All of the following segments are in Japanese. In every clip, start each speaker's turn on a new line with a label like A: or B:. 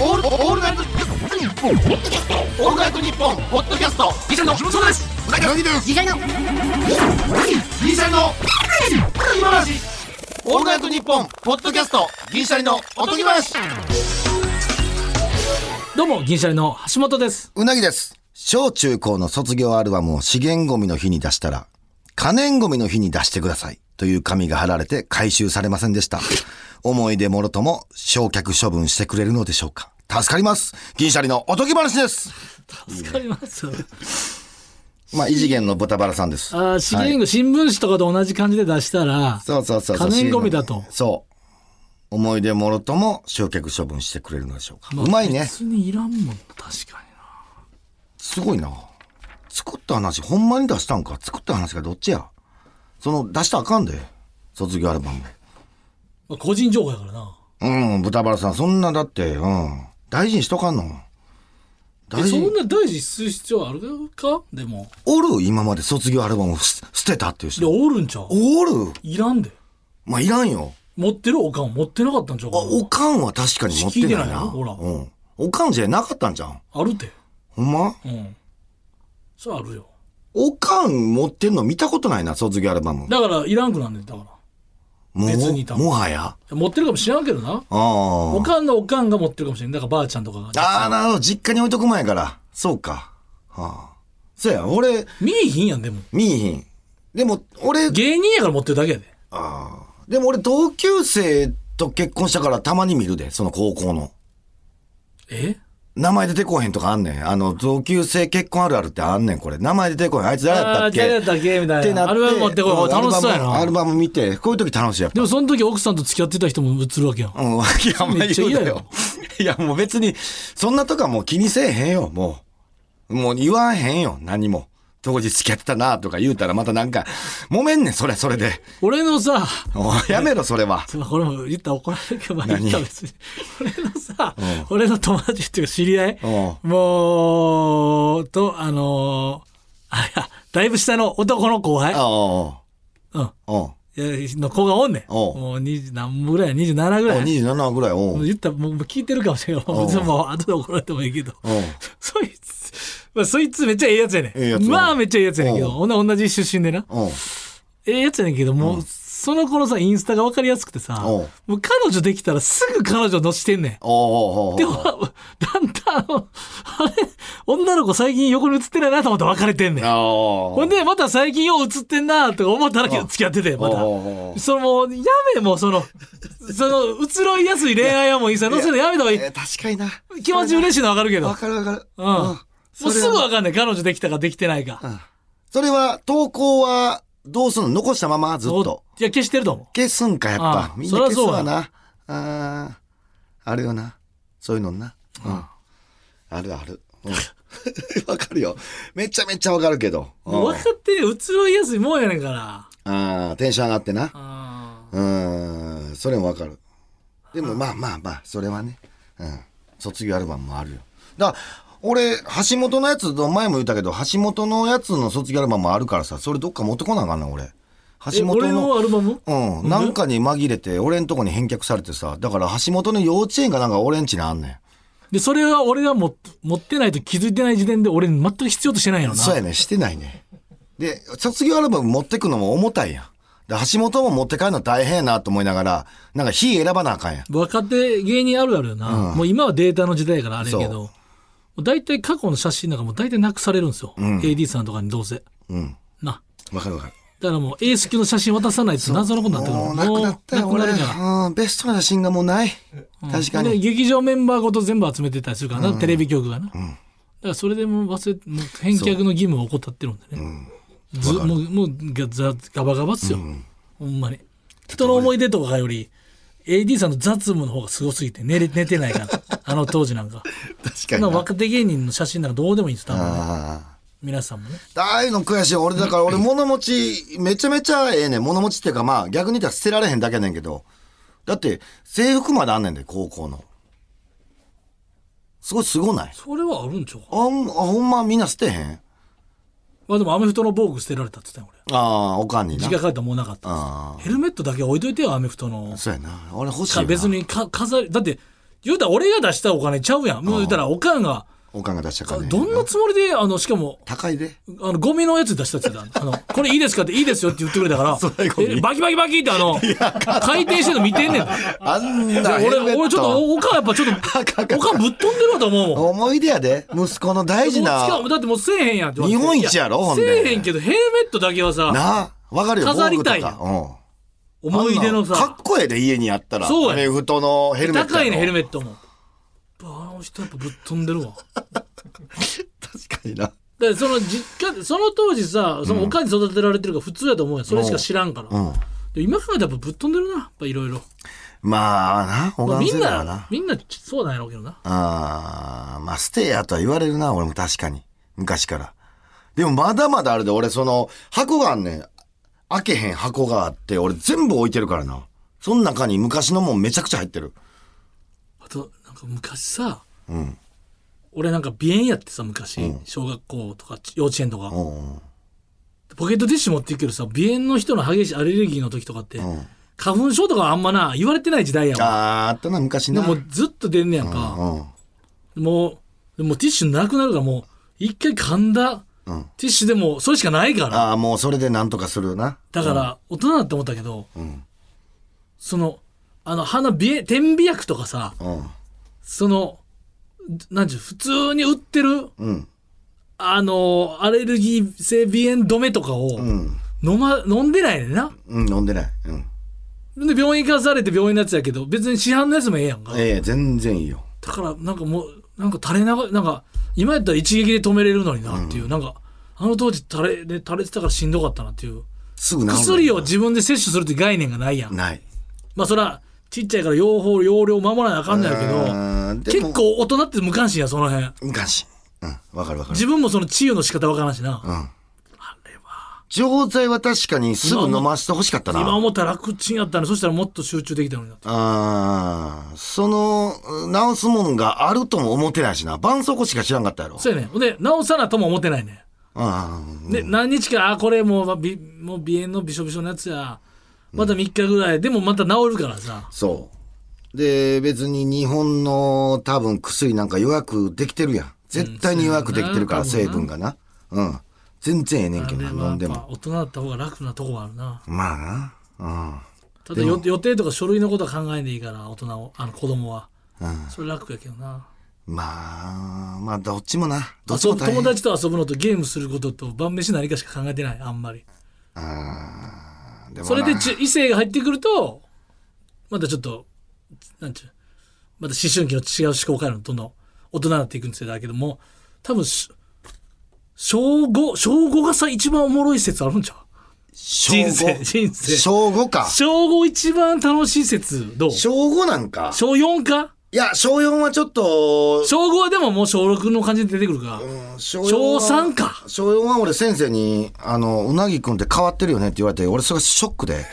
A: オールオールナイトニッポンオールナイトニッポンポッドキャストギシャリの木本そうですうなぎの
B: 次回の
A: ギシャリの今話オールナイトニッポンポッドキャストギシャリのおとぎ話
C: どうも、銀シャリの橋本です。
D: うなぎです。小中高の卒業アルバムを資源ゴミの日に出したら、可燃ゴミの日に出してください。という紙が貼られて回収されませんでした。思い出もろとも焼却処分してくれるのでしょうか。助かります。銀シャリのおとぎ話です。
C: 助かります。
D: まあ、異次元の豚バラさんです。
C: ああ、資源
D: はい
C: ゴミ、新聞紙とかと同じ感じで出したら、
D: そうそうそうそう。
C: 可燃ゴミだと
D: そう。思い出もろとも焼却処分してくれるのでしょうか。うまいね。
C: 別にいらんもん、確か
D: すごいな。作った話、ほんまに出したんか作った話がどっちやその、出したらあかんで。卒業アルバム。
C: にな。個人情報やからな。
D: うん、豚バラさん、そんなだって、うん。大事にしとかんの。
C: え
D: 大
C: そ
D: 事
C: ん
D: に。
C: な大事する必要あるかでも。
D: おる今まで卒業アルバムをす捨てたっていう
C: で、
D: 人。
C: おるんちゃう
D: おる
C: いらんで。
D: まあ、いらんよ。
C: 持ってるおかん持ってなかったんちゃう
D: あ、
C: かな
D: おかんは確かに持ってない
C: 聞いてない
D: な。
C: よほら
D: うん。おかんじゃなかったんじゃん。
C: あるて。
D: ほんま
C: うん。それあるよ。
D: おかん持ってんの見たことないな、卒業アルバム。
C: だから、いらんくなんねんだか
D: も
C: 別に多
D: う、
C: 分
D: もはや。
C: ら。持ってるかもしらんけどな。
D: ああ。
C: おかんのおかんが持ってるかもしれん。だからばあちゃんとかが。
D: ああ、なるほど。実家に置いとく前から。そうか。はあ。そうや、俺、
C: 見えひんやん、でも。
D: 見いひん。でも、俺、あ
C: 芸人やから持ってるだけやで。
D: あ。でも俺、同級生と結婚したからたまに見るで、その高校の。
C: え
D: 名前出てこへんとかあんねん。あの、同級生結婚あるあるってあんねん、これ。名前出てこへん。あいつ誰やったっけ
C: あー誰やったっけみたいな
D: ってって
C: アルバム持ってこい
D: ん
C: 楽しそうや
D: アル
C: な
D: バムアルバム見て、こういう時楽しいやっぱ
C: でもその時奥さんと付き合ってた人も映るわけやん。
D: うん、わ けあんま
C: めっ
D: り
C: ちゃ
D: 言う
C: 嫌
D: な
C: よ
D: よ。いや、もう別に、そんなとかもう気にせえへんよ、もう。もう言わへんよ、何も。当時付き合ってたなとか言うたらまたなんか、揉めんねん、それはそれで。
C: 俺のさ、
D: おいやめろ、それは。
C: これも言ったら怒られるけど、まあ言ったら
D: 何
C: 別に。俺のさ、俺の友達っていうか知り合い、
D: う
C: もう、と、あのーあいや、だいぶ下の男の後輩
D: あ
C: うん
D: あ、うん。お
C: いやの子がおんねん。
D: おう
C: もう20何分ぐらい、27ぐらい。も
D: 27ぐらい、お
C: う
D: う
C: 言ったらもう聞いてるかもしれんけど、
D: おう
C: 別にもう後で怒られてもいいけど。
D: おう
C: そいつ、まあ、そいつめっちゃええやつやねん。
D: ええやつ
C: まあめっちゃええやつやねんけど、
D: おう
C: ほんなら同じ出身でな。
D: おう
C: ええやつやねんけども、その頃さインスタが分かりやすくてさ
D: おう
C: もう彼女できたらすぐ彼女載してんねん。
D: おうおうおう
C: でも、だんだん、あれ、女の子最近横に映ってないなと思って別れてんねん。
D: おう
C: ほんで、また最近よう映ってんなとか思ったらけど付き合ってて、また
D: おうおうお。う
C: そのもう、やめ、もうその、その、移ろいやすい恋愛はもういいさ、載せるのやめた方がい
D: えー確かにな。
C: い。気持ち嬉しいのはわかるけど。う
D: わ
C: ん。
D: かるわかる。うん
C: も
D: そうれは
C: すぐわかんない。彼女できたかできてないか。
D: それは、投稿は、どうすんの残したまま、ずっと。
C: いや、消してると思う。
D: 消すんか、やっ
C: あ
D: ぱ
C: あ。
D: みんな消すわな。ああ、あるよな。そういうのな。うん。あるある。うん わ、かるよ。めちゃめちゃわかるけど。うん
C: 分かってる移ろいやすいもんやねんから。
D: ああ、テンション上がってな。
C: あ
D: うーん、それもわかる。でもまあまあまあ、それはね。うん。卒業アルバムもあるよ。だから俺、橋本のやつ、前も言ったけど、橋本のやつの卒業アルバムもあるからさ、それどっか持ってこなあかんな、俺。
C: ーえ
D: 橋本
C: 俺
D: の
C: のアルバム
D: うん、なんかに紛れて、俺んとこに返却されてさ、だから橋本の幼稚園がなんか俺んちにあんね
C: で、それは俺が持っ持ってないと気づいてない時点で俺全く必要としてないよ
D: ん。
C: な。
D: そうやね、してないね。で、卒業アルバム持ってくのも重たいやん。で、橋本も持って帰るの大変やなと思いながら、なんか日選ばなあかんやん。
C: 若手芸人あるあるよな、
D: うん
C: もう今はデータの時代やからあれやけ
D: そう
C: ど、もう大体過去の写真なんかもう大体なくされるんですよ。AD さんとかにどうせ。
D: うん。
C: な。
D: わかるわかる。
C: だからもうエース級の写真渡さないって謎のことになってくる
D: もうなくなったよ、
C: もうな
D: 俺。
C: くなるから。
D: うん、ベストな写真がもうない。確か
C: で
D: に。
C: 劇場メンバーごと全部集めてたりするからな、テレビ局がな、だからそれでもう忘れもう返却の義務を怠ってるんでね、ずもうもうがざガバガバっすよ、ほんまに人の思い出とかより AD さんの雑務の方がすごすぎて寝れ 寝てないからあの当時なんか
D: 確
C: そ
D: か
C: んな
D: にな。
C: 若手芸人の写真なんかどうでもいいんです多分ね
D: ああ。
C: 皆さんもね
D: ああいうの悔しい。俺、だ から俺、物持ち、めちゃめちゃええねん。物持ちっていうか、まあ、逆に言ったら捨てられへんだけやねんけど。だって、制服まであんねんで、高校の。すごい、すごない
C: それはあるんちゃうか
D: あん、あほんまみんな捨てへん
C: まあでもアメフトの防具捨てられたって言ってたよ
D: ああ、おかんに
C: 俺
D: な
C: 実家。帰ったらもうなかったっつって
D: あ
C: ヘルメットだけ置いといてよアメフトの
D: そうやな。俺欲しい
C: か
D: な。
C: 別にか飾りだって言うたら俺が出したお金ちゃうやん。もう言うたらおかんが、
D: おかんが出した金。
C: どんなつもりで、あの、しかも、
D: 高いで。
C: あの、ゴミのやつ出したって言ってた。あの、これいいですかって、いいですよって言ってくれたから、
D: それゴミ
C: えバキバキバキってあの、回転してるの見てんねん。
D: あんなヘ
C: 俺、
D: ルメット
C: 俺ちょっと、おかんやっぱちょっと、おかんぶっ飛んでるわと思うもん。
D: 思い出やで。息子の大事
C: し
D: な。
C: かもだってもうせえへんやんって
D: 日本一やろほん
C: せ
D: で
C: えへんけどヘルメットだけはさ
D: なあ。わかるよ、
C: 飾りたい
D: 防具とかうん。
C: 思い出の
D: あんなか
C: さ
D: っこええで、家にあったら。
C: そうや
D: アメフトのヘルメット。
C: 高いねヘル
D: メ
C: メットもあの人やっぱぶっ飛んでるわ
D: ット。確かにな。
C: でその実家でその当時さそのおかんに育てられてるから普通やと思うやんそれしか知らんから、
D: うん。
C: で今考えたらやっぱぶっ飛んでるなやっぱいろいろ
D: まあな、おがん
C: み
D: せ
C: ん
D: だよ
C: な
D: な。
C: みんなそうなんやろうけどな
D: ああ、まあ、ステイやとは言われるな、俺も確かに。昔から。でもまだまだあれで、俺その、箱があんねん。開けへん箱があって、俺全部置いてるからな。その中に昔のもんめちゃくちゃ入ってる。
C: あとなんか昔さ
D: うん。
C: 俺なんか鼻炎やってさ昔、小学校とか幼稚園とか、
D: うんうん。
C: ポケットティッシュ持っていくけどさ鼻炎の人の激しいアレルギーの時とかって、
D: ん
C: 花粉症とかはあんまな言われてない時代やん
D: あーあったな、昔
C: で
D: な。
C: もうずっと出んねやん
D: うん。
C: か、もうもうティッシュなくなるからもう一回噛んだ
D: うん
C: ティッシュでもそれしかないから
D: ああ、もうそれでなんとかするな。
C: だから大人だって思ったけど、
D: ん
C: そのあの鼻鼻炎点鼻薬とかさ
D: うん。
C: そのなんちゅう普通に売ってる
D: うん。
C: あのアレルギー性鼻炎止めとかを
D: うん。
C: 飲,、ま、飲んでないねんな、
D: うん、飲んでない。うん。
C: で病院行かされて病院のやつやけど別に市販のやつもええやんかだ
D: ええ全然いいよ。
C: からなんかもうなんか垂れ流なんか今やったら一撃で止めれるのになっていう、なんかあの当時垂れで垂れてたからしんどかったなっていう
D: すぐ治る。
C: 薬を自分で摂取するって概念がないやん
D: ない。
C: まあそらちっちゃいから用法容量守らなあかんないけ
D: うーん
C: ど
D: でも
C: 結構大人って無関心やその辺
D: 昔。うん。わかるわかる。
C: 自分もその治癒の仕方わからんしな、
D: 錠剤は確かにすぐ飲ませてほしかったな。
C: 今思ったら楽ちんやったねそしたらもっと集中できたのになって
D: ああ、その、治すもんがあるとも思ってないしな。絆創膏しか知らんかったやろ。
C: そうやねほんで治さなとも思ってないね
D: うん。
C: で、何日か、あ、これもう、びもう鼻炎のびしょびしょのやつや。また3日ぐらい。でもまた治るからさ。
D: そう。で、別に日本の多分薬なんか予約できてるやん。絶対に予約できてるから、
C: うん
D: 成分がな。うん。全然ええねんけどな、飲んで
C: やっぱ
D: も。
C: 大人だった方が楽なとこはあるな。
D: まあな。うん。
C: ただよ予定とか書類のことは考えんでいいから、大人を、あの子供は。それ楽やけどな。
D: まあ、まあ、どっちもな。どっちも
C: 遊ぶ
D: 大
C: 友
D: 変。
C: 達と遊ぶのとゲームすることと晩飯何かしか考えてない、あんまり。
D: あーでもな
C: それでち異性が入ってくると、またちょっと、なんちゅう、また思春期の違う思考回路のどんどん大人になっていくんですよ。だけども、多分し、小5、小5がさ、一番おもろい説あるんちゃう
D: 小
C: 人生人生
D: 小5か。
C: 小5一番楽しい説、どう小
D: 小5なんか。
C: 4か
D: いや、小4はちょっと、
C: 小5はでももう小6の感じで出てくるから。
D: 小
C: 小
D: 四は
C: 3か。
D: 小4は俺先生に、あの、うなぎくんって変わってるよねって言われて、俺それがショックで。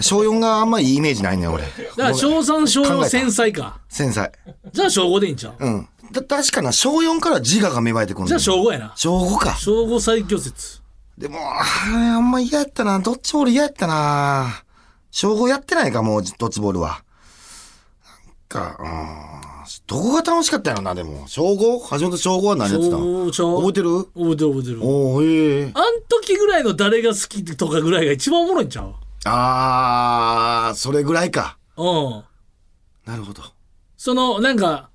D: 小4があんまいいイメージないねん、俺。
C: だから小3、小
D: 考え
C: 4、
D: た
C: 繊細か。
D: 繊細。
C: じゃあ小5でいいんちゃう、
D: うん。た確かな、小4から自我が芽生えてくる
C: じゃあ小5やな。
D: 小5か。
C: 小5最強説。
D: でも、あーあんま嫌やったな。ドッジボール嫌やったな。小5やってないか、もう、ドッジボールは。なんか、うーん。どこが楽しかったんやろな、でも。小 5? 橋本小5は何やってた
C: 小
D: の
C: 五小
D: 覚えてる
C: 覚えてる覚えてる。
D: おおへえ。
C: あん時ぐらいの誰が好きとかぐらいが一番おもろいんちゃう
D: あー、それぐらいか。
C: うん。
D: なるほど。
C: その、なんか、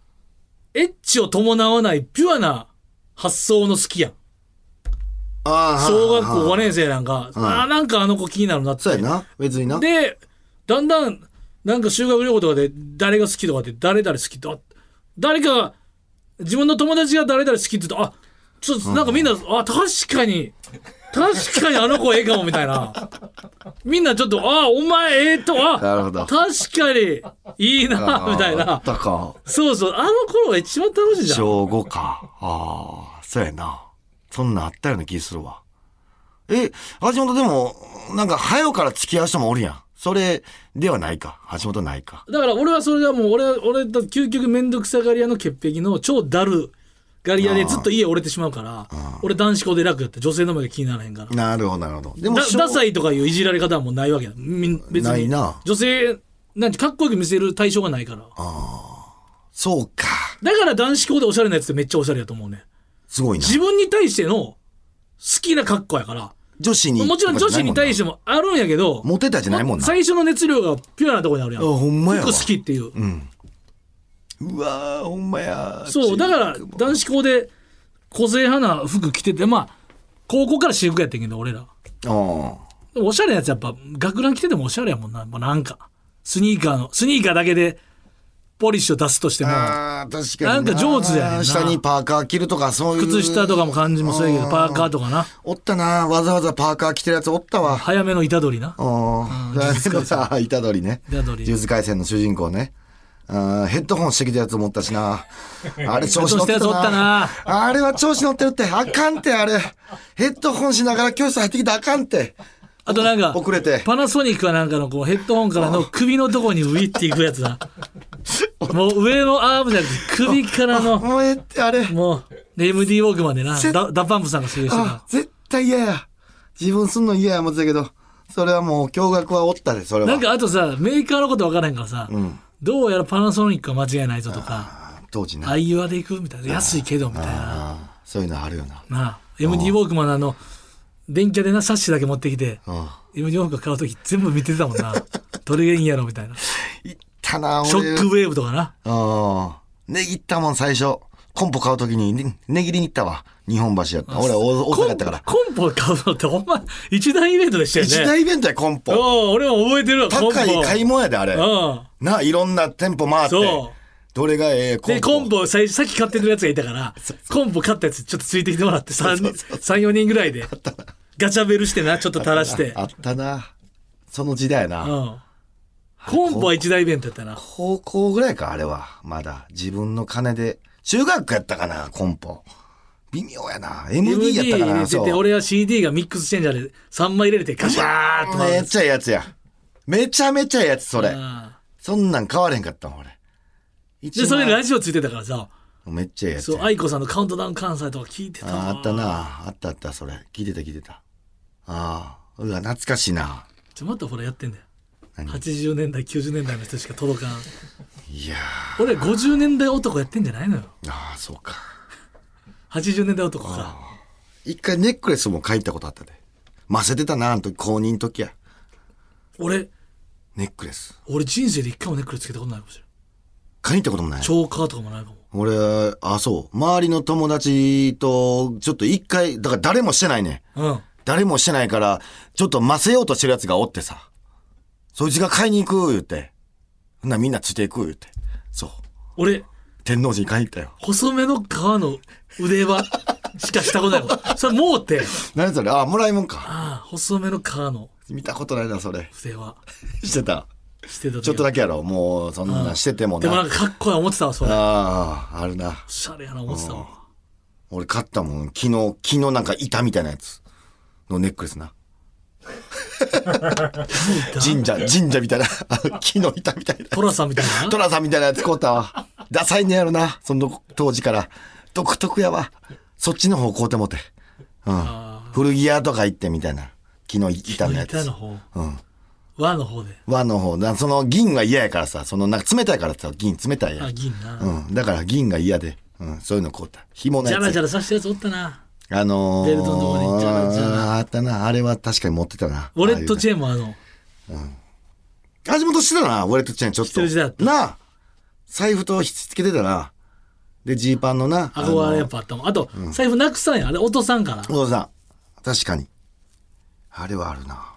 C: エッチを伴わないピュアな発想の好きやん。
D: あー
C: 小学
D: はあは
C: 校5
D: あ
C: 年生なんか、
D: はい
C: あーなんかあの子気になるなって。
D: そうやな。別にな。
C: で、だんだん、なんか修学旅行とかで誰が好きとかって誰々好きとか、誰かが、自分の友達が誰々好きって言うと、あ、ちょっとなんかみんな、あ、確かに、確かにあの子ええかもみたいな。みんなちょっと、あ、お前ええと、あ、
D: なるほど
C: 確かにいい
D: あ
C: な、
D: ー
C: みたい
D: あ
C: な
D: っ。たか。
C: そうそう、あの頃が一番楽しいじゃん。
D: 小5か。ああ、そうやな。そんなんあったような気するわ。え、橋本でも、なんか、早うから付き合う人もおるやん。それではないか。橋本ないか。
C: だから俺はそれがもう、俺、俺と究極めんどくさがり屋の潔癖の超だるがり屋でずっと家折れてしまうから、俺男子校で楽やった。女性の前が気にならへんから。
D: なるほど、なるほど。でも
C: だ、
D: 小
C: ダサいとかいういじられ方はもうないわけだ。みん別に。
D: ないな
C: 女性、なんてかっこよく見せる対象がないから。
D: そうか。
C: だから男子校でおしゃれなやつってめっちゃおしゃれやと思うね。
D: すごいな。
C: 自分に対しての好きな格好やから。
D: 女子に。
C: もちろん女子に対してもあるんやけど、
D: モテたじゃないもんな
C: 最初の熱量がピュアなところにあるやん。
D: あほんまやわ
C: 服好きっていう。
D: うわー、ほんまや。
C: そう、だから男子校で個性派な服着てて、まあ、高校から私服やってんけど、俺ら。
D: ら。うん。
C: おしゃれなやつやっぱ学ラン着ててもおしゃれやもんな。もうなんか、スニーカーの、スニーカーだけでポリッシュを出すとしても、
D: あー確かに。
C: なんか上手やねんな
D: 下にパーカー着るとか、そういう。
C: 靴下とかも感じもそうやけど、パーカーとかな。
D: おったな。わざわざパーカー着てるやつおったわ。
C: 早めの虎取な。
D: ああ、でもさ、虎杖ね。
C: 虎杖
D: 呪術廻戦の主人公ね。あーヘッドホンしてきたやつ持ったしな。 あれ調子乗ってた
C: ヘッドホンしたやつおった
D: な
C: な。
D: あれは調子乗ってるって。あかんって、あれ。ヘッドホンしながら教室入ってきたらあかんって。
C: あとなんか、
D: 遅れて
C: パナソニックかなんかのこうヘッドホンからの首のとこにウィっていくやつ な。もう上のアームじゃなくて首からの、
D: もうええって、あれ。
C: もう、MD ウォークまでな、
D: せ
C: ダダパンプさんがするして
D: あ
C: た。、
D: 絶対嫌や。自分すんの嫌や思ってたけど、それはもう驚愕はおったで、それは。
C: なんかあとさ、メーカーのこと分からへんからさ、どうやらパナソニックは間違いないぞとか、
D: 当時な
C: ア。イユアで行くみたいな、安いけどみたいな。
D: あそういうのあるよな。
C: なあ、MD ウォークマンのあの、電気屋でな、サッシだけ持ってきて、
D: うん。
C: MD ウォークマン買うとき全部見てたもんな。 どれがいいんやろみたいな。シ
D: いったな、俺。
C: ョックウェーブとかな。
D: ああ。ねぎったもん最初。コンポ買うときにね、ねぎりに行ったわ。日本橋やった。俺は大大阪やったから。
C: コンポコンポ買うのってほんま一大イベントでしたよね。
D: 一大イベントや、コンポ。
C: うん俺も覚えてるわ、コンポ。
D: 高い買い物やで、あれ。
C: うん。
D: な、いろんな店舗回って
C: そ。
D: どれがええコンポ。
C: で、コンポ、最初、さっき買ってるやつがいたから、コンポ買ったやつちょっとついてきてもらって、3、4人ぐらいで、ガチャベルしてな、ちょっと垂らして。
D: あったな。その時代やな。
C: うん。コンポは一大イベントやったな。
D: 高校ぐらいか、あれは。まだ。自分の金で。中学やったかな、コンポ。微妙やな。MD
C: MD
D: やったかな、
C: 入れて
D: そう。
C: て、俺は CD がミックスチェンジャーで3枚入れれて、ガシャーっと回
D: めっ
C: る。
D: ちゃええやつや。めちゃめちゃええやつ、それ。
C: う
D: そんなん変われへんかったもん、俺。
C: んで、それラ
D: ジ
C: ジオついてたからさ、
D: めっちゃええやつ
C: そう、
D: や。
C: 愛子さんのカウントダウン関西とか聞いてたわ
D: ああったな。あったあった、それ。聞いてた、聞いてた。ああ。うわ、懐かしいな。
C: ちょまたほらやってんだよ
D: 何
C: 80年代90年代の人しか届かん
D: いや
C: 俺は50年代男やってんじゃないのよ
D: ー。ああ、そうか。
C: 80年代男か
D: 一回ネックレスも書いたことあったで。ませてたな、あの時、公認の時や。
C: 俺
D: ネックレス。
C: 俺人生で一回もネックレスつけたことないかもしれない
D: 書いたこともない。
C: チョーカーとかもないかも
D: 俺、あ、そう。周りの友達と、ちょっと一回、だから誰もしてないね。
C: うん
D: 誰もしてないから、ちょっとませようとしてるやつがおってさ。そいつが買いに行く、言って。ほんならみんなついていく、言って。そう。
C: 俺
D: 天王寺に買いに行ったよ。
C: 細めの革の腕輪しかしたことないも んそれもうて
D: 何それあ、もらいもんか。
C: ああ細めの革の
D: 見たことないな、それ。
C: 腕輪
D: してた。
C: してた時
D: ちょっとだけやろ。もう、そんなしてても
C: でも
D: な。
C: なんかかっこいい思ってたわそれお
D: ああ、あるな。
C: しゃれやな思ってたわ
D: 俺買ったもん。昨日、昨日なんか板みたいなやつのネックレス な。神社、神社みたいな。 あ木の板みたいな。
C: 寅さんみたいな
D: トラさんみたいなやつ買うたわ。ダサいねやろな。その当時から。独特やわ。そっちの方買うてもて。うん。古着屋とか行ってみたいな。木の板のや
C: 板
D: つ
C: の。方
D: うん。
C: 輪の方で
D: 和の方。だその銀が嫌やからさ。そのなんか冷たいからさ。銀冷たいや
C: あ
D: ん。
C: 銀な、
D: うん。だから銀が嫌で。うん。そういうの買うた。紐の
C: ジ
D: や
C: ャラ
D: つ
C: ジャ。ラさしたやつおったな
D: あのー、
C: ベルトのとこにジャラジャラ
D: あーあったな。あれは確かに持ってたな。
C: ウォレットチ
D: ェーン。
C: ェーンもあの、
D: 味元してたな、ウォレットチェーンちょっ
C: してる時代あっ
D: と。
C: た
D: なあ。財布とひっつけてたな。で、ジーパンのな。
C: あこはや
D: の
C: っぱあったもん。あと、財布なくさんや。あれ、落とさんから。
D: お父さん。確かに。あれはあるな。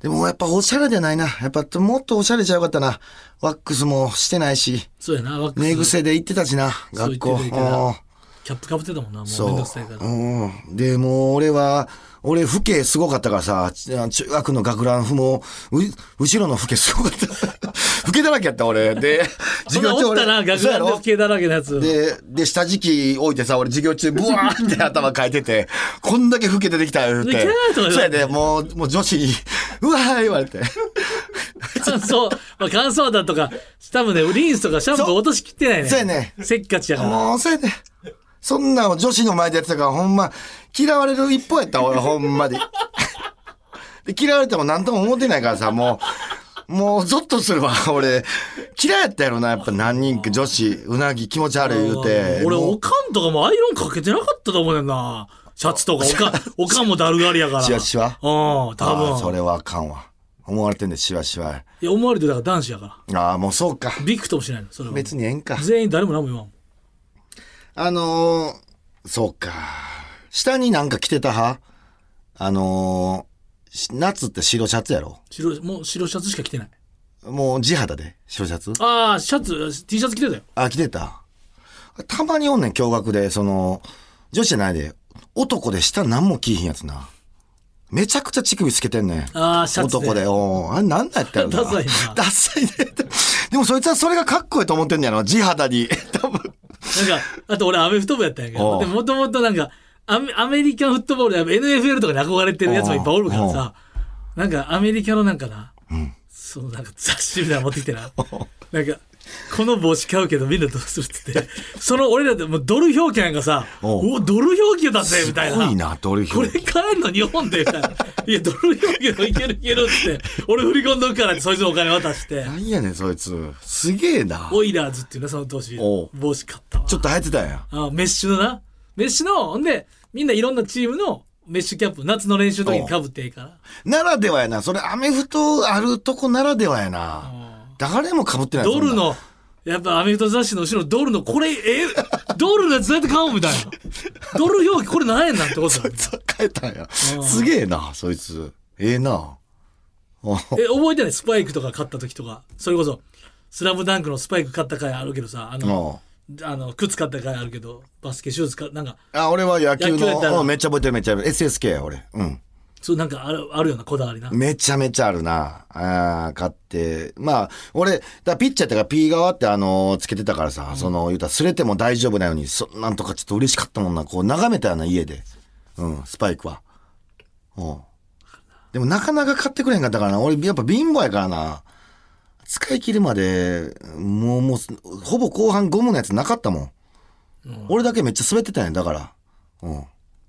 D: でもやっぱおしゃれじゃないな。やっぱもっとおしゃれじゃよかったな。ワックスもしてないし、
C: そうやな、ワックス。
D: 寝癖で行ってたしな、
C: そう
D: 学校。
C: 言ってた言ってた
D: うん
C: キャップかぶってたもんな、もう
D: そ
C: め
D: うん
C: どくさいから。
D: うん。で、もう俺は、俺、父兄すごかったからさ、ち中学の学ランも、う、後ろの父兄すごかった。 父兄だらけやった、俺。で、
C: そんなんおったな、学
D: そうや
C: ラン
D: ろ
C: で系だらけのやつ。
D: で、で、下敷き置いてさ、俺授業中、ブワーって頭変えてて、こんだけ老け出てきた、言う
C: い
D: て
C: けないと思。うよ
D: そうやで、もう、もう女子に、うわー言われて。
C: 乾燥、まあ、乾燥だとか、多分ね、リンスとかシャンプー
D: そう
C: 落としきってないね。
D: そうやね
C: せっかちやから。
D: もう、そうやで。そんなんを女子の前でやってたから、ほんま、嫌われる一方やった、俺、ほんまに。で、嫌われても何とも思ってないからさ、もう、もうゾッとするわ、俺。嫌いやったやろな、やっぱ何人か女子、うなぎ気持ち悪い言うて。
C: 俺、
D: も
C: おかんとかもアイロンかけてなかったと思うねんな。シャツとか、お かん、おかんもだるがりやから。
D: う、しわしわ。
C: うん、多
D: あーそ
C: 分。
D: れはあかんわ。思われてんで、しわしわ。
C: いや、思われてだから男子やか。。
D: ああ、もうそうから
C: びくともしないの、それは。
D: 別にええんか。
C: 全員誰も何も言わんもん。
D: あのー、そうか。下になんか着てた派あのーし夏って白シャツやろ
C: 白い、もう白シャツしか着てない。
D: もう地肌で白シャツ
C: ああ、シャツ、T シャツ着てたよ。
D: あ、着てた。たまにおんねん、驚愕で。その、女子じゃないで。男で下何も着いひんやつな。めちゃくちゃ乳首つけてんねん。
C: あーシャツで
D: 男で。おーあれなんだったよな。
C: ダサいな
D: ダサいね。でもそいつはそれがかっこいいと思ってんねやろ。地肌に。多分。
C: なんか、あと俺アメフト部やったんやけ
D: おう
C: ど、でもともとなんかアメ、アメリカンフットボール、やっぱ NFL とかに憧れてるやつもいっぱいおるからさ、なんかアメリカのなんかな、そのなんか雑誌みたいなの持って きてな、なんか、この帽子買うけどみんなどうするって言って、その俺らってもうドル表記なんかさ、
D: おう
C: おドル表記だぜみたいな。
D: すごいな、ドル
C: これ
D: 表。
C: 買えんの日本でみたいな。いや、ドル表記のいけるいけるって、俺振り込んどくからってそいつにお金渡して、
D: なんやねん、そいつ。すげえな。
C: オイラーズっていうな、その年、
D: おう
C: 帽子買ったわ。
D: ちょっと生えてたんや。
C: あメッシュのな。メッシュの、ほんで、みんないろんなチームのメッシュキャップ、夏の練習の時にかぶっていいから。
D: ならではやな。それ、アメフトあるとこならではやな。誰も被ってない。
C: ドル
D: そんな。
C: の、やっぱアメフト雑誌の後ろ、ドルの、これ、え、 ドルのやつどうやって買おうみたいな。ドル表記、これ何円なんてことだよ。
D: そう変えたんや。すげえな、そいつ。ええな。 お
C: え、覚えてないスパイクとか買った時とか。それこそ、スラムダンクのスパイク買った回あるけどさ、あ
D: お
C: の、あの靴買った回あるけど、バスケシューズ買なんか、
D: あ、俺は野球
C: 野球やった
D: の、
C: ら
D: うんめっちゃ覚えてるめっちゃ覚えてる SSK や、俺。うん。
C: そうなんかあるあるようなこだわりな。
D: めちゃめちゃあるな。ああ、買って。まあ、俺、だからピッチャーってか P 側ってあのーつけてたからさ、その、言うたらすれても大丈夫なように、そなんとかちょっと嬉しかったもんな。こう、眺めたよな、家で。うん、スパイクは。うん。でもなかなか買ってくれへんかったからな。俺、やっぱ貧乏やからな。使い切るまで、もう、もう、ほぼ後半ゴムのやつなかったもん。俺だけめっちゃ滑ってたんや、だから。うん。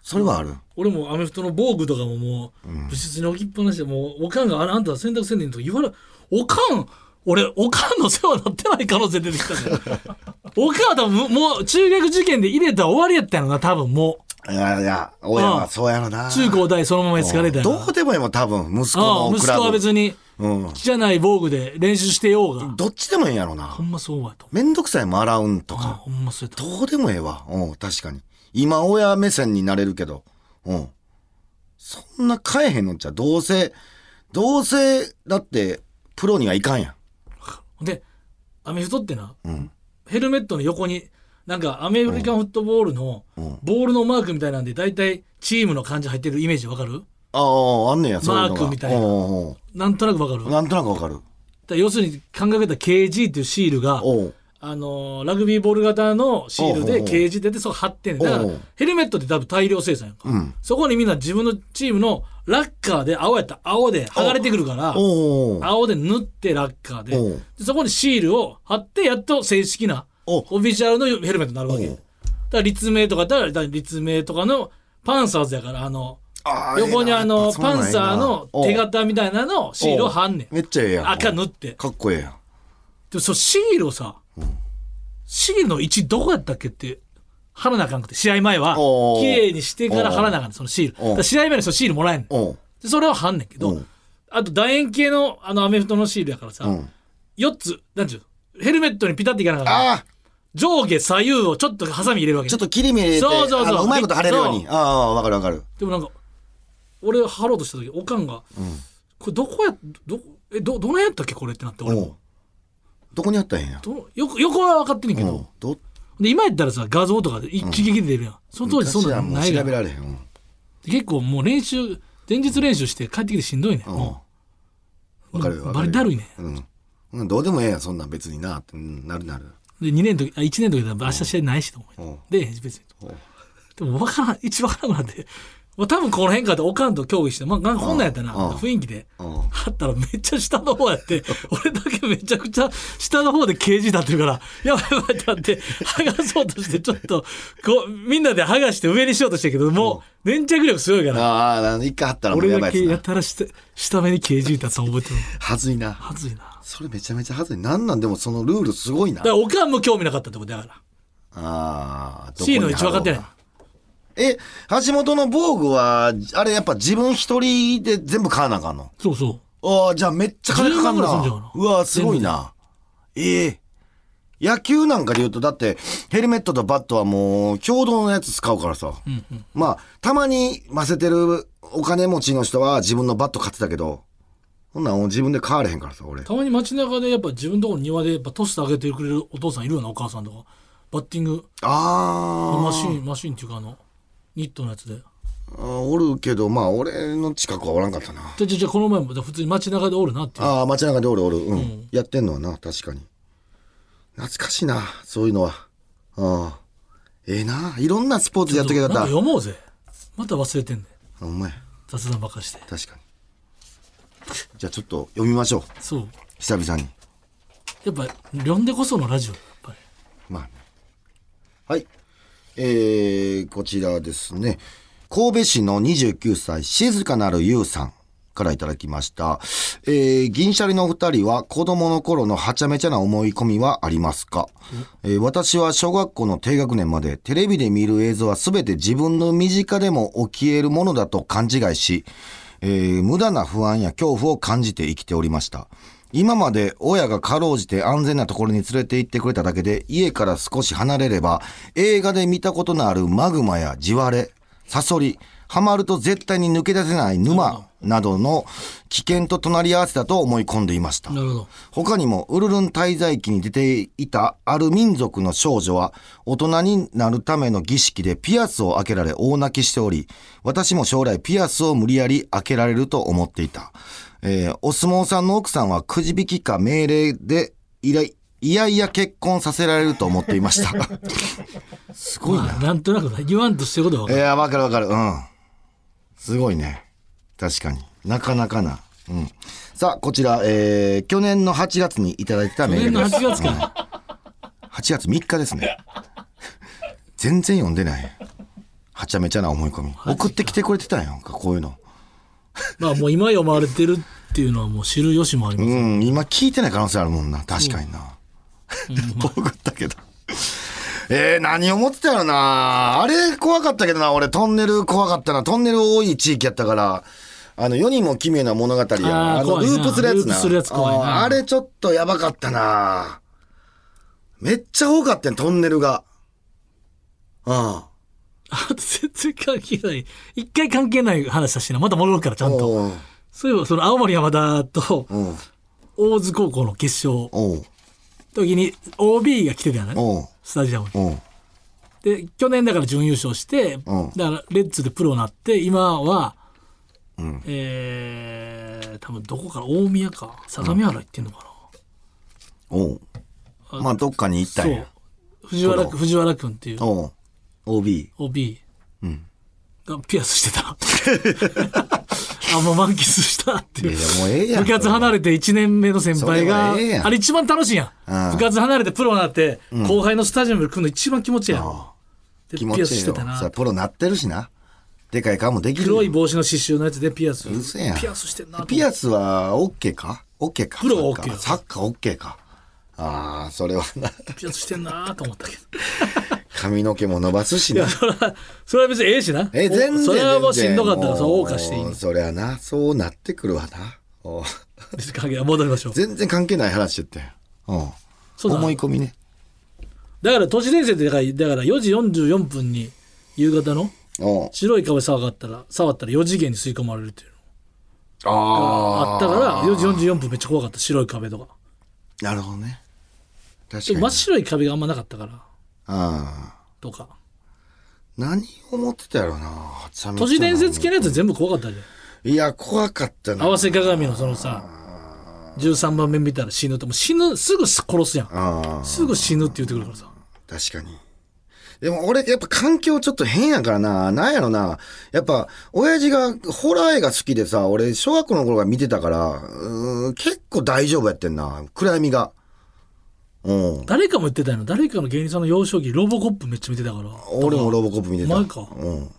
D: それはある。
C: 俺もアメフトの防具とかももう部室に置きっぱなしで、もうおかんがあらあんたは洗濯せんねんとか言われおかん俺おかんの世話になってない可能性出てきたね おかんは多分もう中学受験で入れたら終わりやったよな多分も
D: いやいや、親
C: う
D: は
C: ん
D: そうやろな。
C: う中高大そのままエスカレーターやな
D: どうでもいいもん、多分、息子
C: あ
D: の
C: あ息
D: クラブ。
C: 子は別に
D: うん。
C: じゃない防具で練習してようが
D: どっちでもいいんやろな
C: ほ。んまそうやと
D: めんどくさいもん、洗うんと
C: あ
D: か。
C: ほんまそうやと
D: どうでもええわ。うん、確かに。今、親目線になれるけど。うん。そんな変えへんのっちゃ、どうせ、どうせ、だって、プロにはいかんやん。
C: でアメフトってな
D: うん。
C: ヘルメットの横に、なんかアメリカンフットボールの
D: うん
C: ボールのマークみたいなんで、大体チームの感じ入ってるイメージわかる
D: ああ、あんねや、そういうのが。
C: マークみたいな
D: おうおう
C: なんとなくわかる
D: おうなんとなくわかる。
C: だ要するに考えた KG っていうシールが、
D: おう
C: あのーラグビーボール型のシール
D: おうおう
C: で
D: おう
C: KG 出てそこ貼ってんねんだ
D: お
C: か
D: うお
C: ら
D: う
C: ヘルメットって多分大量生産やんか、
D: うん
C: そこにみんな自分のチームのラッカーで青やったら青で剥がれてくるから
D: おうおう
C: 青で塗ってラッカーで
D: おう
C: でそこにシールを貼ってやっと正式な
D: お
C: オフィシャルのヘルメットになるわけ
D: おう
C: だから立命とかだったら立命とかのパンサーズやからあの
D: あー
C: 横にあ
D: ええ
C: の
D: な
C: パンサーの手。形みたいなのをシールを貼んね
D: おうめっちゃええや
C: ん
D: ん。
C: 赤塗って
D: かっこええやん。
C: でもそのシールをさ、シールの位置どこやったっけって貼らなあかんくて試合前は
D: おー
C: 綺麗にしてから貼らなあかんそのシール
D: おー
C: だから試合前にそのシールもらえんねん
D: おう
C: でそれを貼んねんけ
D: う
C: ど
D: ん
C: あと楕円形のあのアメフトのシールやからさ、
D: うん。
C: 4つなんちゅうヘルメットにピタッていかなあかんから
D: ああ
C: 上下左右をちょっとハサミ入れるわけ
D: ちょっと切り目入れて、
C: そうそうそう
D: あのうまいこと貼れるように。
C: そ
D: ああ、わかるわかる。
C: でもなんか俺が貼ろうとした時おかんが、これどこやどえどどの辺やったっけこれってなって俺
D: お
C: も
D: うどこにあったんや。
C: ど横横は分かってんねんけど、
D: おうど
C: で今やったらさ画像とかで一撃で出るやん、その当時そん
D: 昔は
C: なの
D: もう
C: ないか
D: 調べ
C: ら
D: られへん。うん
C: 結構もう練習前日練習して帰ってきてしんどいねん、
D: おう
C: もう
D: わかるよ。わか
C: バリだるいね
D: うん。うんどうでもええやん、そんなん別にな。うんなるなる。
C: で2年の時あ1年の時だったら明日試合ないしと思
D: おう
C: ってで別に
D: おう
C: でも分からん一番分からなくなってまあ、多分この辺かっておかんと協議して、まあ、なんかこんなんやったな、
D: うん
C: 雰囲気で。
D: うん
C: はったらめっちゃ下の方やって、俺だけめちゃくちゃ下の方でケージになってるから、やばいやばいってなって、剥がそうとして、ちょっと、こう、みんなで剥がして上にしようとしてるけど、もう、粘着力強いから、
D: ああ、なんか一回貼ったらもう
C: 俺
D: やば
C: だ
D: いで
C: け
D: す
C: や
D: な。
C: たら下下目にケージいたと覚えてる。
D: はずいな。
C: はずいな。だか
D: それめちゃめちゃはずい。なんなんでもそのルールすごいな。
C: ら、おかんも興味なかったってことだから。
D: ああ、どこに
C: C の一
D: 貼ろ
C: 分
D: う
C: かってない。
D: え、橋本の防具は、あれやっぱ自分一人で全部買わなあかんの
C: そうそう。
D: ああ、じゃあめっちゃ金かかん
C: 10万ぐ
D: な。
C: らいすんじゃうの
D: うわーすごいな。ええ野球なんかで言うと、だって、ヘルメットとバットはもう、共同のやつ使うからさ。まあ、たまに混ぜてるお金持ちの人は自分のバット買ってたけど、ほんなんもう自分で買われへんからさ、俺。
C: たまに街中でやっぱ自分のところの庭でやっぱトス上げてくれるお父さんいるようなお母さんとかバッティング
D: ああ。
C: マシンマシンっていうかあのニットのやつで
D: あーおるけど、まあ、俺の近くはおらんかったな。
C: じゃじゃじゃこの前も普通に街中でおるなっていう
D: ああ、街中でおるおる。うん。やってんのはな、確かに。懐かしいな、そういうのは。ああ。ええな。いろんなスポーツやっとけ
C: な
D: ばよ
C: ん
D: か
C: か
D: った。
C: 読もうぜまた忘れてんねん
D: あ、お前、
C: 雑談ばっかりして
D: 確かに。じゃあちょっと読みましょう。
C: そう
D: 久々に。
C: やっぱ読んでこそのラジオやっぱり
D: まあね。はい。えー、こちらですね。神戸市の29歳、静かなるゆうさんからいただきました。えー、銀シャリのお二人は子供の頃のはちゃめちゃな思い込みはありますか、えー私は小学校の低学年までテレビで見る映像は全て自分の身近でも起き得るものだと勘違いし、えー無駄な不安や恐怖を感じて生きておりました。今まで親がかろうじて安全なところに連れて行ってくれただけで、家から少し離れれば、映画で見たことのあるマグマや地割れ、サソリ、ハマると絶対に抜け出せない沼などの危険と隣り合わせだと思い込んでいました。
C: なるほど
D: 他にもウルルン滞在期に出ていたある民族の少女は大人になるための儀式でピアスを開けられ大泣きしており私も将来ピアスを無理やり開けられると思っていた、えーお相撲さんの奥さんはくじ引きか命令でいらいやいや結婚させられると思っていました すごいな
C: まあなんとなく言わんとしてることは分
D: い
C: かる
D: や、わかるわかる。うん。すごいね。確かになかなかな。うん。さあ、こちら、えー、去年の8月にいただいてたメ
C: 去
D: ール
C: 年の
D: で
C: 8
D: す。
C: 月か
D: 8月3日ですね。全然読んでない。はちゃめちゃな思い込み。送ってきてくれてたんやんか、こういうの。
C: まあもう今読まれてるっていうのはもう知る由もあります
D: うん、今聞いてない可能性あるもんな。確かにな。 送ったけど。えー、何思ってたよな。あれ怖かったけどな。俺、トンネル怖かったな。トンネル多い地域やったから。あの、世にも奇妙な物語や。
C: あー
D: あの、
C: 怖
D: ル
C: いな
D: ープするやつ
C: ルー
D: な。
C: プするやつ怖いな
D: あーあれちょっとやばかったな。めっちゃ多かったんトンネルが。あ
C: あと全然関係ない一回関係ない話したしなまた戻るからち
D: あ。
C: ゃんと
D: おう
C: そういえば、その青森山田と
D: おう
C: 大津高校の決勝
D: おう
C: 時に OB が来てたよね。
D: おう
C: スタジアムに。
D: おう
C: で、去年だから準優勝して、
D: うん
C: だからレッツでプロになって、今は、えー、多分どこから、大宮か、相模原行ってんのか
D: おうまあ、どっかに行った
C: な。
D: ん
C: そ
D: や
C: う。。藤原
D: プ
C: くん、藤原くんっていう
D: おう OB。
C: OB がピアスしてた。あ、もう満喫したっていう。
D: いやいやもうええやん
C: 部活離れて1年目の先輩が、
D: それはええやん
C: あれ一番楽しいやん。
D: うん
C: 部活離れてプロになって、後輩のスタジアムに来るの一番気持ちいいやん。で
D: 気
C: ピ
D: 持
C: ア
D: ち
C: ス
D: いい
C: して
D: よ
C: た。な
D: さ。プロなってるしな。でかい顔もできるよ。
C: 黒い帽子の刺繍のやつでピアス。
D: 嘘やん
C: ピアスしてんなと思って。
D: ピアスは OK か ?OK か。
C: プロは
D: サッカー
C: OK
D: サッカー OK か。ああ、それはな、
C: ピアスしてんなと思ったけど。
D: 髪の毛も伸ばすしな。
C: それは、それは別にええしな。
D: え、全然全然。
C: それはもうしんどかったから、そう、謳歌していい
D: もう。そりゃな、そうなってくるわな。おう
C: 別に関係ない戻りましょう。
D: 全然関係ない話言って。うん
C: そうだ
D: 思い込みね。
C: だから、都市伝説でだから、だから4時44分に夕方の
D: おう
C: 白い壁触ったら、触ったら4次元に吸い込まれるっていうの
D: あ
C: があったから、4時44分めっちゃ怖かった、白い壁とか。
D: あ。なるほどね。確か
C: でも
D: に
C: 真っ。白い壁があんまなかったから、
D: ああ。
C: とか。
D: 何思ってたやろうな。
C: 都市伝説系のやつ全部怖かったじゃん。
D: いや、怖かったな。
C: 合わせ鏡のそのさ、13番目見たら死ぬと、もう死ぬ、すぐ殺すやん。
D: ああ。
C: すぐ死ぬって言ってくるからさ。
D: 確かに。でも俺、やっぱ環境ちょっと変やからな。なんやろな。やっぱ、親父がホラー映画好きでさ、俺、小学校の頃から見てたから、うーん、結構大丈夫やってんな。暗闇が。うん。
C: 誰かも言ってたよな誰かの芸人さんの幼少期ロボコップめっちゃ見てたから
D: 俺もロボコップ見てた。
C: 前か
D: うん。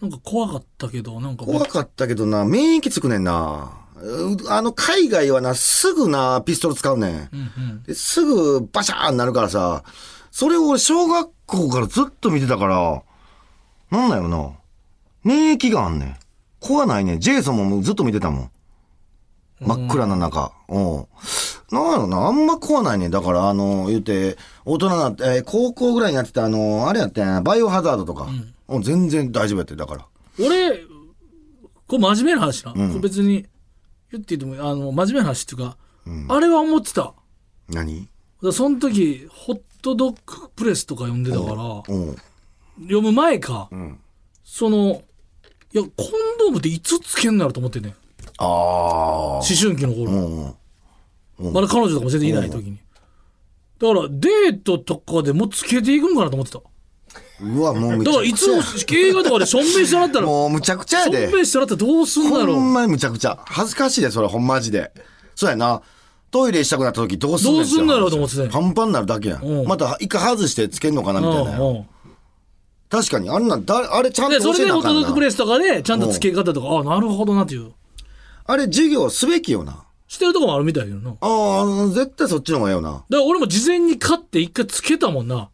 C: なんか怖かったけどなんか
D: 怖かったけどな、免疫つくねんな。うあの、海外はな、すぐな、ピストル使うねん。ですぐ、バシャーンなるからさ、それを俺、小学校からずっと見てたから、なんだよな。免疫があんねん。怖ないねん。ジェイソンもずっと見てたもん。真っ暗な中。うん。なんやろな、あんま怖ないねん。だから、あの、言うて、大人になって、えー高校ぐらいにやってた、あの、あれやってん、バイオハザードとか。うん、全然大丈夫やって、だから。
C: 俺これ真面目な話な、これ別に言っていいと思うあの真面目な話っていうか、あれは思ってただか
D: 何
C: らその時ホットドッグプレスとか読んでたから、
D: うん。
C: 読む前か、そのいやコンドームっていつつけんなると思ってんねん
D: ああ。
C: 思春期の頃、
D: うん。
C: まだ彼女とかも全然いない時に、だからデートとかでもつけていくんかなと思ってた
D: うわ、もうむち
C: だ
D: ゃ
C: からい
D: く
C: つ
D: ちゃ
C: も
D: や。
C: 映画とかでしょんべんしてなったら
D: もうむちゃくちゃや
C: し
D: で
C: ょん。べんしてなったらどうすんだろ
D: ほん
C: う
D: まにむちゃくちゃ。恥ずかしいで、それ、ほんまじで。そうやな。トイレしたくなった時どうすんね
C: どうすんだろうと思ってたよ
D: パンパンになるだけや
C: うん
D: ん。また一回外してつけんのかなみたいな
C: う
D: やん。
C: んうん
D: 確かに、あんなんだ、あれちゃん
C: で
D: と
C: そ
D: 教え
C: れで
D: な
C: ホ
D: あ
C: ット
D: か
C: ド
D: ん
C: ッグプ
D: な。
C: レスとかでちゃんと付け方とか、ああなるほどなっていう
D: あれ、授業すべきよな。
C: してるとこもあるみたいけどなだか
D: ああ、絶対そっちの方がええよな。
C: ら俺も事前に買って一回つけたもんな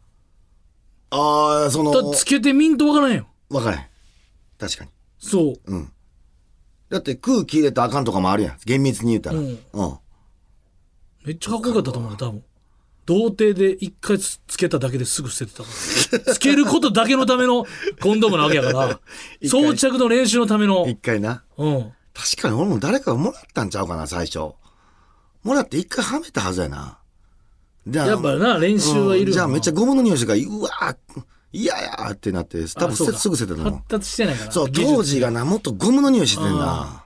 D: ああ、その
C: だ、からつけてみんとわからんよ
D: わからへん。確かに。
C: そう
D: だって空気入れたらあかんとかもあるやん。厳密に言ったら。
C: う
D: うんん。
C: めっちゃかっこよかったと思うよ多分童貞で一回つつけただけですぐ捨ててた からつけることだけのためのコンドームなわけやから
D: 一回
C: 装着の練習のための
D: 一回な。
C: うん
D: 確かに俺も誰かがもらったんちゃうかな、最初。もらって一回はめたはずやな。じゃあ
C: やっぱな練習はい
D: う
C: るよな、
D: んじゃあめっちゃゴムの匂いしてから、うわー嫌やーってなって、多
C: あ
D: 分
C: そう
D: せ
C: か
D: すぐ捨てた
C: 発
D: の。
C: 達してないから
D: そう、
C: 技術
D: 当時がな、もっとゴムの匂いしてんな。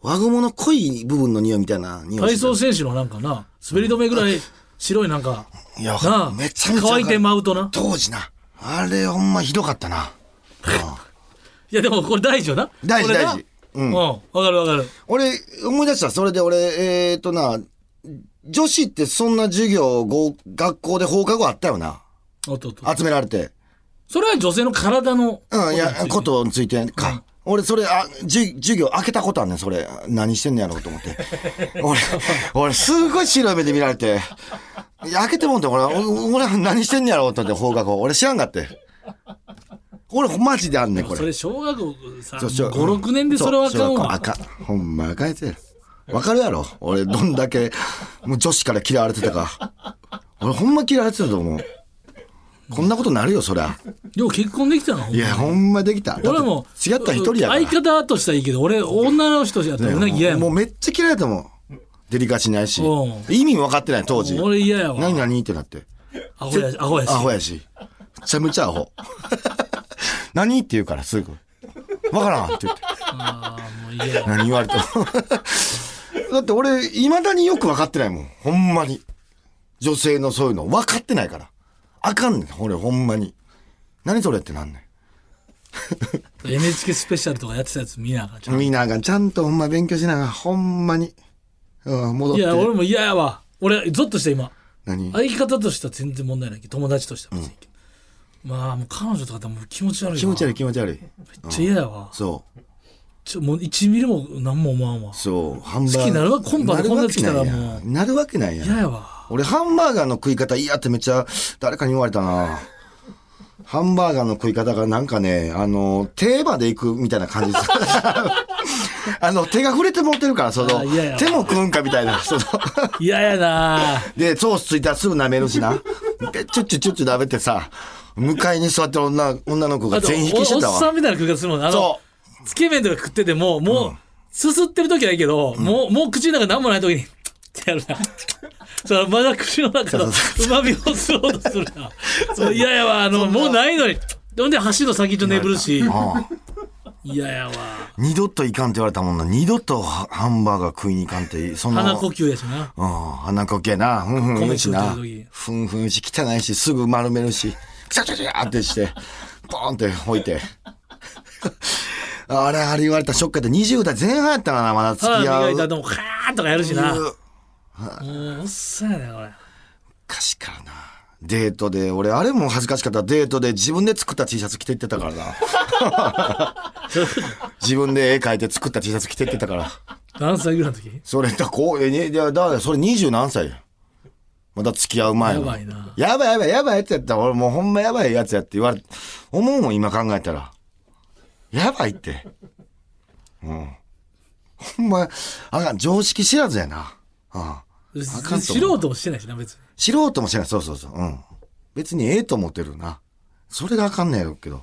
D: 輪ゴムの濃い部分の匂いみたいな匂い
C: 体
D: してた
C: 操選手のなんかな滑り止めぐらい白いなんか
D: いや
C: なあ
D: めちゃめちゃ
C: 乾いてまうとな
D: 当時な。あれほんまひどかったな。
C: いやでもこれ大事よな
D: 大事
C: これな
D: 大事
C: う
D: うんん
C: わ、かるわかる
D: 俺、思い出した。それで俺、えーとな、女子ってそんな授業、ご学校で放課後あったよな。
C: おっとっと
D: 集められて。
C: それは女性の体の
D: うん、いや、ことについてか。俺、それ、あ、じゅ、授業開けたことあんねん、それ。何してんのやろうと思って。 俺、俺、すごい白い目で見られて。いや開けてもんって、俺、お俺、何してんのやろうと思って、放課後。俺知らんかって。俺、マジであんねん、こ
C: そ
D: れ。
C: れ小学校さ
D: そうそう
C: 56年でそれはあかん
D: そう
C: わ
D: あかん。ほんま、あかんやつや。わかるやろ俺、どんだけ、もう女子から嫌われてたか。俺、ほんま嫌われてたと思う。こんなことなるよ、そりゃ。
C: よう結婚できたなほん
D: い
C: ま
D: や、ほんまできた。
C: 俺はもう
D: 違ったら一人やから。
C: 相方としたらいいけど俺女の人やったらうなぎ嫌や
D: も
C: も
D: うんめっちゃ嫌いだと思う。デリカシーないし
C: うん。
D: 意味も分かってない、当時。
C: 俺嫌やわ
D: 何何ってなって。
C: アホやしアホやし
D: アホやし。めちゃめちゃアホ。 何って言うから、すぐ。分からんって言って。
C: あーもう嫌や
D: 何言われても。 だって俺、未だによく分かってないもん。ほんまに。女性のそういうの分かってないから。あかんねん、俺ほんまに。何それってなんねん。
C: NHK スペシャルとかやってたやつ見なあかんちゃん
D: みんながちゃんとほんま勉強しながら、ほんまに。うん、戻っ
C: い
D: て。
C: や俺も嫌やわ俺ゾッとした今
D: 何
C: 相方としては全然問題ないけど友達としては別にいいけど、まあもう彼女とかだともう気持ち悪いわ
D: 気持ち悪い
C: め
D: 気持ち悪い。
C: っちゃ嫌やわ
D: そう。
C: ちょもう1ミリも何も思わんわ
D: そう、ハンバーガー。
C: 好きになるわ今晩こんなやつ来たらも
D: なるわけないやん。な
C: 嫌
D: るわけないやん
C: やわ
D: 俺、ハンバーガーの食い方嫌ってめっちゃ誰かに言われたな。ハンバーガーの食い方がなんかね、あの、手まで行くみたいな感じ です。あの、手が触れて持ってるから、そ
C: あ
D: の
C: ー嫌や、わ
D: 手も食うんかみたいな、その、
C: 嫌やな
D: で、ソースついたらすぐ舐めるしな。で、チュッチュチュッチュ舐めてさ、向かいに座ってる女、女の子
C: あ
D: が
C: と
D: 全引き
C: お
D: してた
C: おっさ
D: わ。
C: んみたいな空間するもんなあの
D: そ
C: つけ麺とか食っててももう、すすってる時はいいけど、もうもう口の中何もない時にってやるな そのまだ口の中のうまみを吸おうとするなそう嫌やわあのもうないのにほんで箸の先っちょ眠るし
D: うん
C: 嫌やわ
D: 二度といかんって言われたもんな。二度とハハンバーガー食いにいかんって、その。
C: 鼻呼吸やしな
D: うん、鼻呼吸やな。ふんふん言うしな
C: 米食うてる時。
D: ふんふん言うし、汚いし、すぐ丸めるし。くちゃくちゃくちゃってして、ポーンって置いて。 あれ、あれ言われたらショックやった。20代前半やったかな、まだ付
C: 歯
D: き合
C: 磨
D: う。
C: いた後もカーンとかやるしな
D: う
C: もうおっさんやねこれ
D: 昔からな。デートで、俺、あれも恥ずかしかった。デートで自分で作った T シャツ着てってたからな。 自分で絵描いて作った T シャツ着てってたから。
C: 何歳ぐらいの時
D: それ、だ、こう、え、ね、いやだから、それ二十何歳やまだ付き合う前
C: や
D: の。
C: ばいな
D: やばいやばいやばいやつやったら俺もうほんまやばいやつやって言われ、思うもん今考えたら。やばいって。うん。ほんま、あかん、常識知らずやな。うん。あかんと
C: 素
D: 思う
C: 人もしてないしな別に
D: 素人も知らない。そうそうそう。うん。別にええと思ってるな。それがあかんねやろうけど。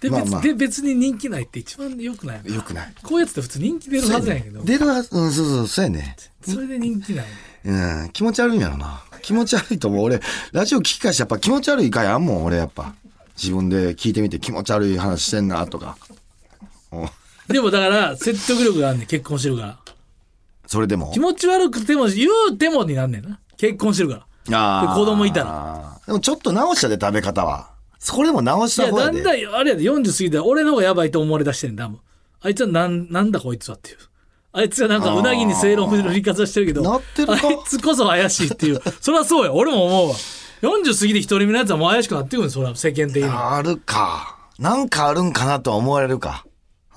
C: で,、
D: まあまあ
C: 別で別に人気ないって一番良くないよな
D: よくない。
C: こういうやつって普通人気出るはずやけど
D: 出るはず、うん、そうそう、そうやね。
C: それで人気ない
D: うん、気持ち悪いんやろな。気持ち悪いと思う。俺、ラジオ聞き返してやっぱ気持ち悪い回あんもん、俺やっぱ。自分で聞いてみて気持ち悪い話してんな、とか。うん
C: でもだから説得力があんねん結婚してるから
D: それでも
C: 気。持ち悪くても言うてもになんねんな結婚してるから
D: あー
C: で子供いた
D: でもちょっと直したで食べ方は。それも直し
C: い
D: た
C: や
D: 方
C: だ
D: や
C: んだ
D: で。
C: んあれやで40過ぎたら俺の方がやばいと思われ出してんねんだもんあいつはなんなんだこいつはっていうあいつはなんかうなぎに正論振りかざしてるけど
D: なってるか
C: あいつこそ怪しいっていうそりゃそうや俺も思うわ40過ぎて一人目のやつはもう怪しくなってくるんそら世間的に
D: あるか。なんかあるんかなとは思われるか。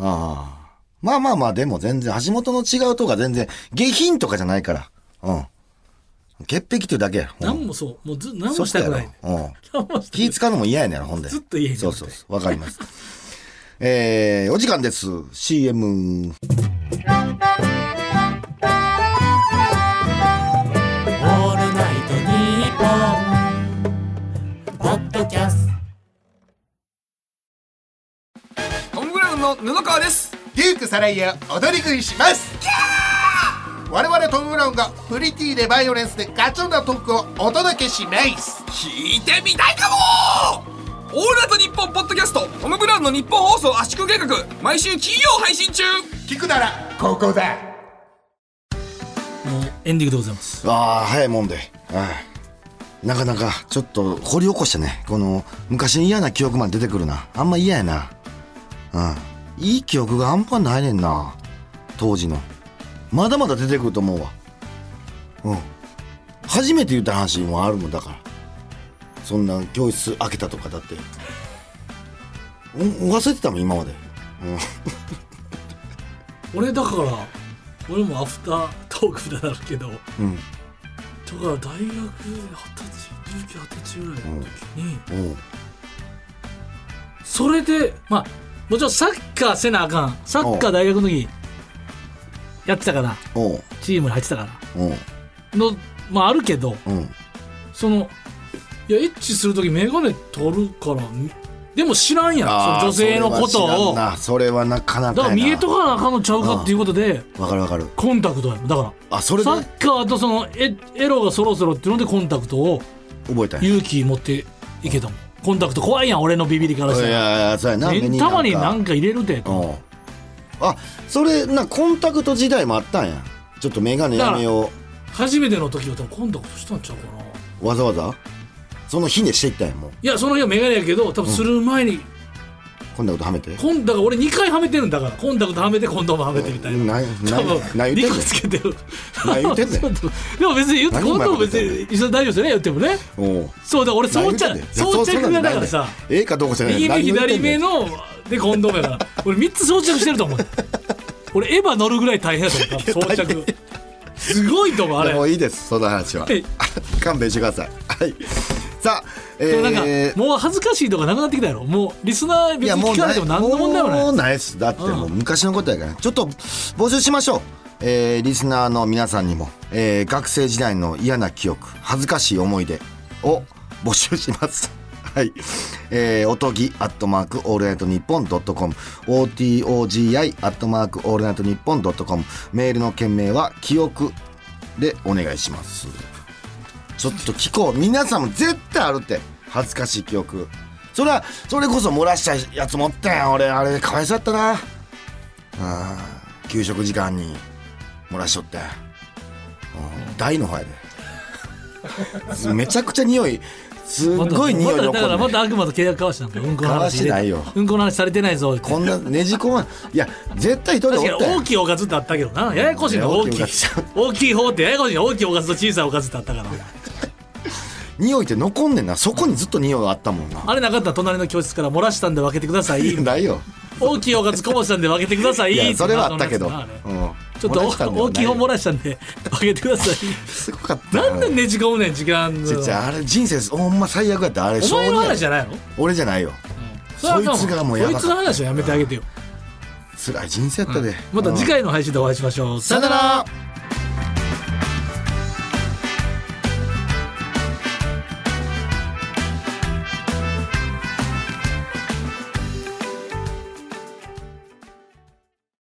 D: ああ。まあまあまあ、でも全然、足元の違うとか全然、下品とかじゃないから。うん。潔癖っていうだけや。うん
C: 何もそうもうず何もしたくない、ね、
D: そうやろうん。
C: 何もしたくない
D: 気使うのも嫌やねんほんで。
C: ずっと嫌やねん
D: そうそうそう。わかります。 えー、お時間です。CM。
B: オールナイトニッポン」ポッドキャスト
E: トム・ブラウンの布川です
A: デュークサライヤ踊り食いします我々トム・ブラウンがプリティでバイオレンスでガチョンなトークをお届けします
E: 聞いてみたいかもオールナイトニッポンポッドキャストトム・ブラウンの日本放送圧縮計画毎週金曜配信中
A: 聞くならここだ
C: もうエンディングでございます
D: ああ、早いもんで。はい。なかなか、ちょっと掘り起こしたね。この、昔の嫌な記憶まで出てくるな。あんま嫌やな。うん。いい記憶があんまないねんな。当時の。まだまだ出てくると思うわ。うん。初めて言った話もあるもんだから。そんな教室開けたとかだって。お忘れてたもん、今まで。
C: 俺だから俺もアフタートークだなるけどだか
D: うん。
C: ら大学二十歳19、20歳ぐらいの時に、
D: うん。
C: それでまあもちろんサッカーせなあかんサッカー大学の時やってたから
D: おう。
C: チームに入ってたか
D: おう。
C: らのまああるけど
D: うん。
C: そのいやエッチする時眼鏡取るからみでも知らんやんその女性のことをだ
D: あーそれは知らんなそれはなかなかやな
C: から見えとかなあかんのちゃうかっていうことで
D: わかるわかる
C: コンタクトやもんだから
D: あそれで
C: サ
D: 覚
C: ッカーとそのエエロがそろそろっていうのでコンタクトを
D: えたんや
C: 勇気持っていけたもんコンタクト怖いやん俺のビビりからし
D: い
C: たら
D: やいやそうやな
C: ね
D: 目
C: たまに
D: な
C: なんんか入れるで
D: か
C: と
D: うんあそれなコンタクト時代もあったんやちょっと眼鏡やめよ
C: 初めての時は多分コンタクトしたんちゃうかないう
D: わざわざその日にしていったんやもう
C: やその日は眼鏡やけど多分する前に、
D: こんなことはめて
C: コンだから俺2回はめてるんだからコンタクトはめてコンドームはめてみたいな
D: な
C: 多分
D: なな言って
C: 2個
D: んねん
C: つけてる
D: 何言ってんねん
C: そうでも別に言って
D: 何
C: コンドー
D: お
C: ム
D: 前
C: 別に一緒に大丈夫ですよね言ってもね
D: おう
C: そうだ俺装
D: 何
C: 着
D: 言ってんねん
C: 装着
D: いやそ
C: が
D: う
C: だからさ
D: そんなんないねんええかどうかじゃない
C: 右目
D: 何言って
C: 左
D: んね
C: 目
D: ん
C: のでコンドームやから俺3つ装着してると思う俺エヴァ乗るぐらい大変やと思う多分装着すごいと思うあれ
D: もういいですその話は
C: はい
D: 勘弁してくださいはいさあ
C: でもなんか、
D: えー
C: もう恥ずかしいとかなくなってきたやろもうリスナー別に聞かれても何の問題もない
D: もうないですだってもう昔のことやから、ちょっと募集しましょうえーリスナーの皆さんにも、えー学生時代の嫌な記憶恥ずかしい思い出を募集します はいえーおとぎアットマークオールナイトニッポンドットコム OTOGI アットマークオールナイトニッポンドットコムメールの件名は記憶でお願いしますちょっと聞こう皆さんも絶対あるって恥ずかしい記憶それはそれこそ漏らしたやつ持ったやん俺あれかわいそうやったなあー給食時間に漏らしとって うん大の方やでめちゃくちゃ匂いすっごい匂い
C: まだ
D: 残
C: だから
D: る、
C: ま
D: ね。
C: た悪魔と契約交わしたんだようんこ
D: 交
C: の
D: わ
C: 話
D: してないよ
C: うんこの話されてないぞって
D: こんなねじ込まん。いや、絶対一人おっ
C: 確
D: た
C: かに
D: よ。
C: 大きいおかずってあったけどなややこしいの
D: 大
C: 大
D: きい
C: きい
D: おかず
C: 大きい方ってややこしいの大きいおかずと小さいおかずってあったから
D: 匂いって残んねんな。そこにずっと匂いがあったもんな。
C: あれなかったら隣の教室から漏らしたんで分けてください
D: ないよ。
C: 大きいおかずこぼしたんで分けてください
D: いや、それはあったけど。う
C: あ
D: ん
C: れ。ちょっと
D: 漏らしたんだよ
C: 大きい方漏らしたんで分けてくださ
D: すごかっ
C: い
D: た
C: な
D: よ。
C: んでねじ込むねん時間の
D: ちっちゃいあれ人生ほんま最悪やったあれ
C: お前の話じ
D: ゃ
C: ゃないの
D: 俺じゃないよ
C: それはあかんわ
D: そいつがもうやばかった
C: そいつの話はやめてあげてよ
D: 辛い人生やったで、
C: また次
D: うん
C: 回の配信でお会いしましょう。さよなら
D: ら